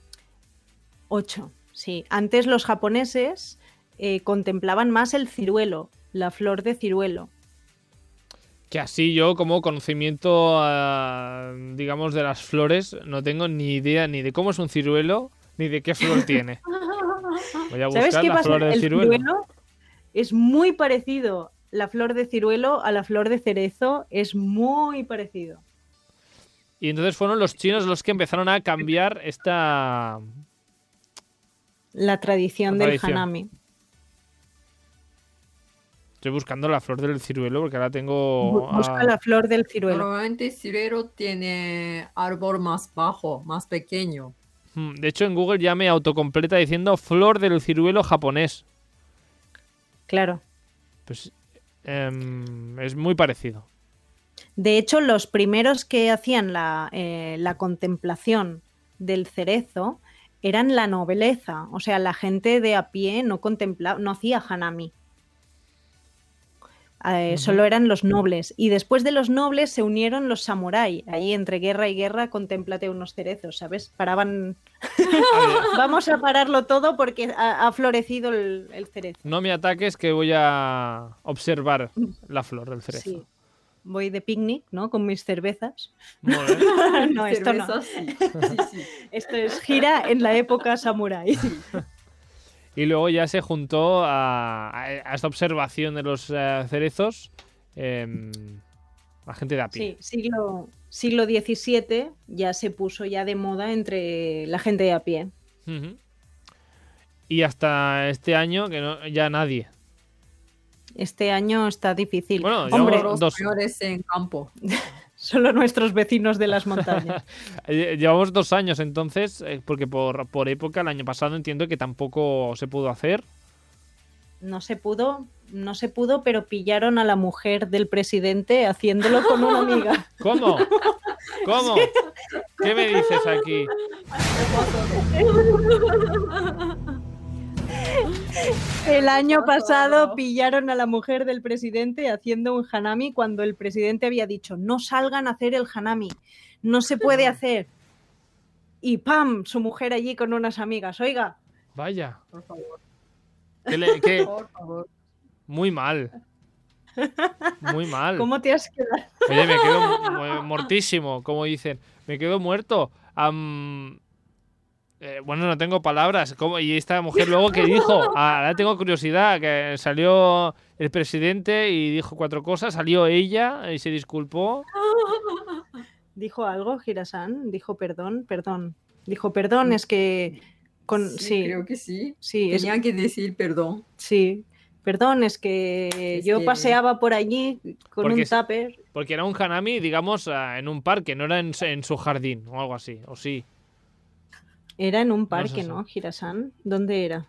S2: 8, sí. Antes los japoneses eh, contemplaban más el ciruelo, la flor de ciruelo.
S1: Que así yo, como conocimiento, ah, digamos, de las flores, no tengo ni idea ni de cómo es un ciruelo, ni de qué flor tiene. Voy a
S2: ¿Sabes
S1: buscar
S2: qué
S1: la
S2: pasa?
S1: flor del
S2: el ciruelo.
S1: ciruelo.
S2: es muy parecido. La flor de ciruelo a la flor de cerezo es muy parecido.
S1: Y entonces fueron los chinos los que empezaron a cambiar esta...
S2: La tradición
S1: La
S2: del
S1: tradición.
S2: hanami.
S1: Estoy buscando la flor del ciruelo porque ahora tengo...
S2: Bu- Busca
S1: ah,
S2: la flor del ciruelo.
S3: normalmente Cirero tiene árbol más bajo, más pequeño.
S1: Mm, De hecho, en Google ya me autocompleta diciendo flor del ciruelo japonés.
S2: Claro.
S1: Pues em, es muy parecido.
S2: De hecho, los primeros que hacían la, eh, la contemplación del cerezo eran la nobleza, o sea, la gente de a pie no contemplaba, no hacía hanami. Eh,
S1: Ujú.
S2: Solo eran los nobles. Y después de los nobles se unieron los samuráis. Ahí entre guerra y guerra, contémplate unos cerezos, ¿sabes? Paraban. Vamos a pararlo todo porque ha, ha florecido el, el cerezo.
S1: No me ataques que voy a observar la flor del cerezo.
S2: Sí. Voy de picnic, ¿no? Con mis cervezas.
S1: Muy bien.
S2: no, esto no.
S3: Cerveza, sí. Sí, sí.
S2: Esto es gira en la época samurái.
S1: Y luego ya se juntó a, a- a esta observación de los eh, cerezos em, la gente de a pie.
S2: Sí, siglo, siglo XVII ya se puso ya de moda entre la gente de a pie.
S1: Ujú. Y hasta este año que no, ya nadie.
S2: Este año está difícil.
S1: Bueno, ya
S2: Hombre,
S1: hubo-
S3: Los
S1: dos.
S3: mayores en campo.
S2: solo nuestros vecinos de las montañas.
S1: Eh, Llevamos dos años entonces, eh, porque por, por época el año pasado entiendo que tampoco se pudo hacer.
S2: No se pudo, no se pudo, pero pillaron a la mujer del presidente haciéndolo con una amiga.
S1: ¿Cómo? ¿Cómo? ¿Qué me dices aquí?
S2: El año pasado pillaron a la mujer del presidente haciendo un hanami cuando el presidente había dicho no salgan a hacer el hanami, no se puede hacer. Y ¡pam! Su mujer allí con unas amigas. Oiga,
S1: Vaya.
S3: Por favor,
S1: que le- que-
S3: por favor.
S1: muy mal. Muy mal.
S2: ¿cómo te has quedado?
S1: Oye, me quedo mu- mu- mortísimo, como dicen. Me quedo muerto. Am, eh, bueno, no tengo palabras. ¿Cómo- ¿Y esta mujer luego qué dijo? Ah, Ahora tengo curiosidad. Que salió el presidente y dijo cuatro cosas. Salió ella y se disculpó.
S2: ¿Dijo algo, Girasan? Dijo perdón, perdón. Dijo perdón, es que. Con...
S3: Sí,
S2: Sí,
S3: creo que sí.
S2: sí, es
S3: Tenía que decir perdón.
S2: Sí, perdón, es que
S3: Es
S2: yo
S3: que-
S2: paseaba por allí con
S1: Porque
S2: un
S1: es-
S2: tupper.
S1: Porque era un hanami, digamos, ah, en un parque, no era en, s- en su jardín o algo así. O sí.
S2: Era en un parque,
S1: sé.
S2: ¿no? Girasan. ¿Dónde era?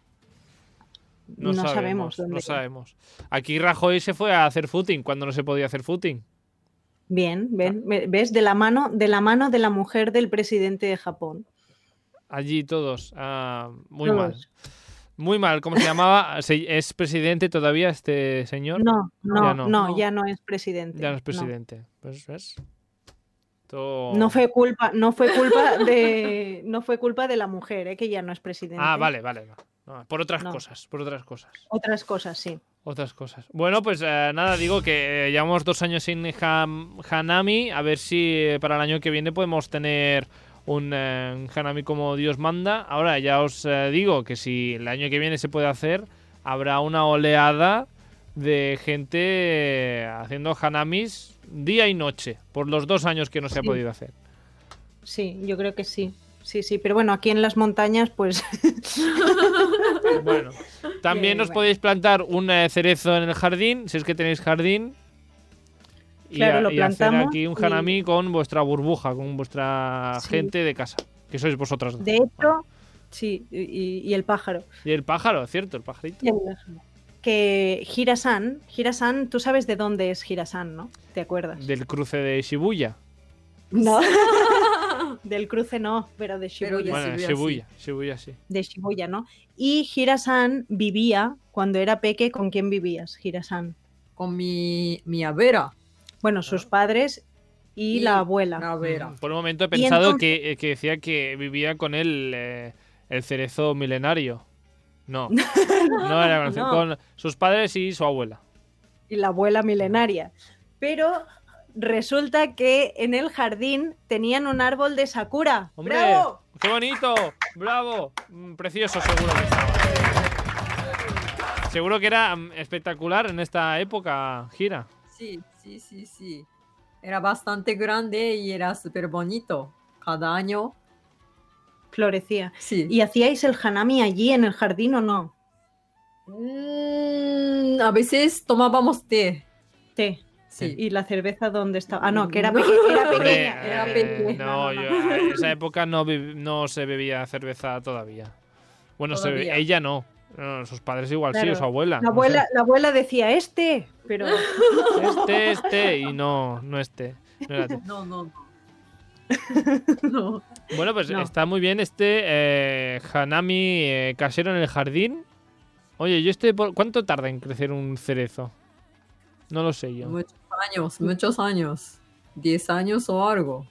S1: No, sabemos.
S2: dónde
S1: no
S2: era.
S1: sabemos. Aquí Rajoy se fue a hacer footing cuando no se podía hacer footing.
S2: Bien, ven,
S1: Ah.
S2: ve- ves de la mano, de la mano de la mujer del presidente de Japón.
S1: Allí todos. ah, muy
S2: Todos.
S1: mal. Muy mal. ¿Cómo se llamaba? Se- ¿Es presidente todavía este señor?
S2: No, no,
S1: Ya no.
S2: no, ya no es presidente.
S1: ya no es presidente. Oh. Pues, ¿ves? Todo-
S2: No fue culpa, no fue culpa de, no fue culpa de la mujer, ¿eh? que ya no es presidente.
S1: Ah, vale, vale. va. No, por otras
S2: No.
S1: cosas, por otras cosas.
S2: Otras cosas, sí.
S1: Otras cosas. Bueno, pues eh, nada, digo que eh, llevamos dos años sin Ham- Hanami. A ver si eh, para el año que viene podemos tener un eh, Hanami como Dios manda. Ahora ya os eh, digo que si el año que viene se puede hacer, habrá una oleada de gente eh, haciendo Hanamis día y noche, por los dos años que no se ha
S2: Sí.
S1: podido hacer.
S2: Sí, yo creo que sí. Sí, sí, pero bueno, aquí en las montañas, pues
S1: Bueno, también
S2: Eh,
S1: os
S2: bueno.
S1: podéis plantar un eh, cerezo en el jardín, si es que tenéis jardín. Y,
S2: Claro,
S1: a-
S2: lo
S1: y hacer
S2: plantamos
S1: aquí un
S2: y-
S1: hanami con vuestra burbuja, con vuestra
S2: Sí.
S1: gente de casa, que sois vosotras. dos.
S2: de hecho, sí, y- y- y el pájaro.
S1: Y el pájaro, ¿cierto? El pajarito.
S2: Que Hirasan, Hirasan, tú sabes de dónde es Hirasan, ¿no? ¿Te acuerdas?
S1: Del cruce de Shibuya.
S2: No. Del cruce no, pero de Shibuya.
S3: Pero De
S1: bueno,
S3: Shibuya,
S1: Shibuya, Shibuya sí.
S2: De Shibuya, ¿no? Y Hirasan vivía, cuando era peque, ¿con quién vivías, Hirasan?
S3: Con mi, mi avera.
S2: Bueno, sus padres y,
S3: Ah. Y
S2: la abuela.
S3: La avera.
S1: Mm, Por un momento he
S2: Y
S1: pensado que, eh, que decía que vivía con el, eh, el cerezo milenario. No, no era con, el cere-
S2: No.
S1: con sus padres y su abuela.
S2: y la abuela milenaria. Pero resulta que en el jardín tenían un árbol de Sakura.
S1: ¡Hombre!
S2: ¡Bravo!
S1: ¡Qué bonito! ¡Bravo! Mm, Precioso, seguro que estaba. Seguro que era mm, espectacular en esta época, Gira.
S3: Sí, sí, sí, sí. Era bastante grande y era súper bonito. Cada año.
S2: Florecía.
S3: Sí.
S2: ¿Y hacíais el hanami allí en el jardín o no?
S3: Mm, a veces tomábamos té.
S2: Té.
S3: Sí.
S2: ¿Y la cerveza dónde estaba? Ah, no, que era,
S3: No.
S2: peque- era
S3: Hombre,
S2: pequeña.
S3: era
S2: Era
S1: eh,
S2: pequeña.
S1: no, yo- en esa época no, bebi- no se bebía cerveza todavía. Bueno, se be-
S3: Todavía.
S1: ella no. No, Sus padres igual sí, o
S2: Claro.
S1: su abuela.
S2: La,
S1: ah, no
S2: abuela, la abuela decía, este, pero
S1: sé. Este, este, y no, no este. No era té.
S3: No, no, no. No.
S1: Bueno, pues
S2: No.
S1: está muy bien este eh, Hanami eh, casero en el jardín. Oye, ¿yo este por- cuánto tarda en crecer un cerezo? No lo sé yo.
S3: Muchos años, muchos años. Diez años o algo.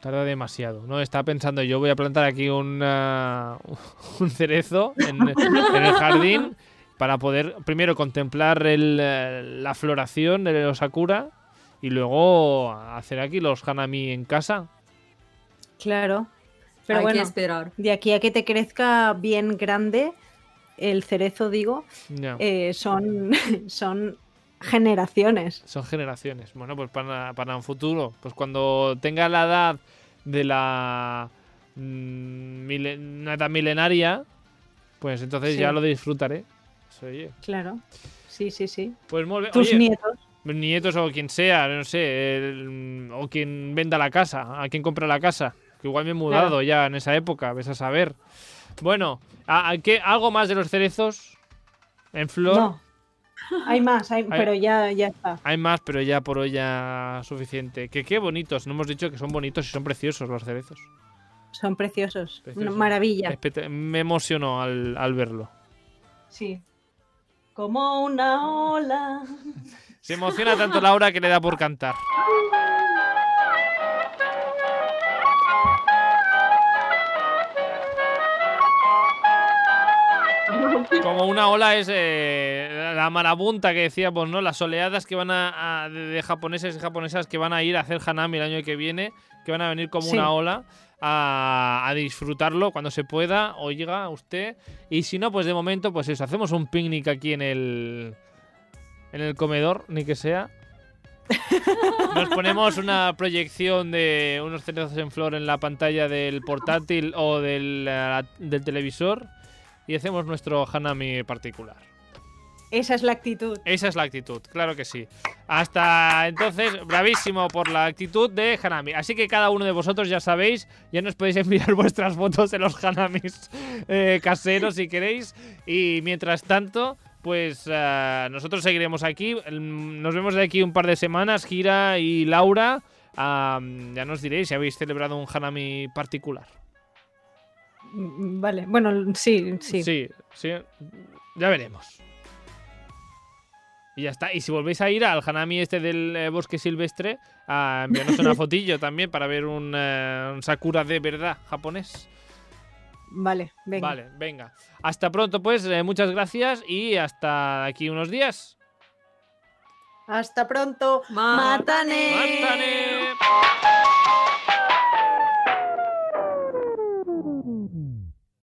S1: Tarda demasiado. No, estaba pensando, yo voy a plantar aquí una- un cerezo en, en el jardín para poder primero contemplar el, eh, la floración de los sakura y luego hacer aquí los hanami en casa.
S2: claro. Pero
S3: Hay
S2: bueno,
S3: que esperar.
S2: de aquí a que te crezca bien grande, el cerezo digo,
S1: Ya.
S2: eh, son, son generaciones.
S1: Son generaciones. Bueno, pues para, para un futuro, pues cuando tenga la edad de la mm, mile- una edad milenaria, pues entonces
S2: Sí.
S1: ya lo disfrutaré. Pues, Oye,
S2: Claro. Sí, sí, sí.
S1: pues muy bien.
S2: Tus
S1: Oye, pues
S2: nietos.
S1: nietos o quien sea, no sé, el- o quien venda la casa, a quien compra la casa, que igual me he mudado
S2: Claro.
S1: ya en esa época, ves a saber. Bueno, ¿a, a qué, ¿algo más de los cerezos en flor?
S2: No. Hay más, hay- pero ya, ya está.
S1: Hay más, pero ya por hoy ya suficiente. Que qué bonitos. No hemos dicho que son bonitos y son preciosos los cerezos.
S2: Son preciosos.
S1: Preciosos.
S2: Una maravilla.
S1: Espect- Me emocionó al, al verlo.
S2: Sí. Como una ola.
S1: Se emociona tanto Laura que le da por cantar. Como una ola es eh, la marabunta que decíamos, ¿no? Las oleadas que van a, a- de, de japoneses y japonesas que van a ir a hacer hanami el año que viene, que van a venir como
S2: Sí.
S1: una ola a, a disfrutarlo cuando se pueda. O llega usted. Y si no, pues de momento, pues eso, hacemos un picnic aquí en el en el comedor, ni que sea. Nos ponemos una proyección de unos cerezos en flor en la pantalla del portátil o del, eh, del televisor y hacemos nuestro hanami particular.
S2: Esa es la actitud.
S1: Esa es la actitud, claro que sí. Hasta entonces, bravísimo por la actitud de Hanami. Así que cada uno de vosotros ya sabéis, ya nos podéis enviar vuestras fotos de los Hanamis eh, caseros si queréis. Y mientras tanto, pues eh, nosotros seguiremos aquí. Mm, Nos vemos de aquí un par de semanas, Gira y Laura. Ah, ya nos diréis si habéis celebrado un Hanami particular.
S2: Mm, Vale, bueno, sí, sí.
S1: Sí, sí. Ya veremos. Y ya está. Y si volvéis a ir al Hanami este del eh, bosque silvestre, a enviarnos una fotillo también para ver un, eh, un Sakura de verdad japonés.
S2: Vale, venga.
S1: Vale, venga. Hasta pronto, pues. eh, muchas gracias y hasta aquí unos días.
S2: Hasta pronto.
S3: Ma-
S2: Matane.
S1: ¡Mátane!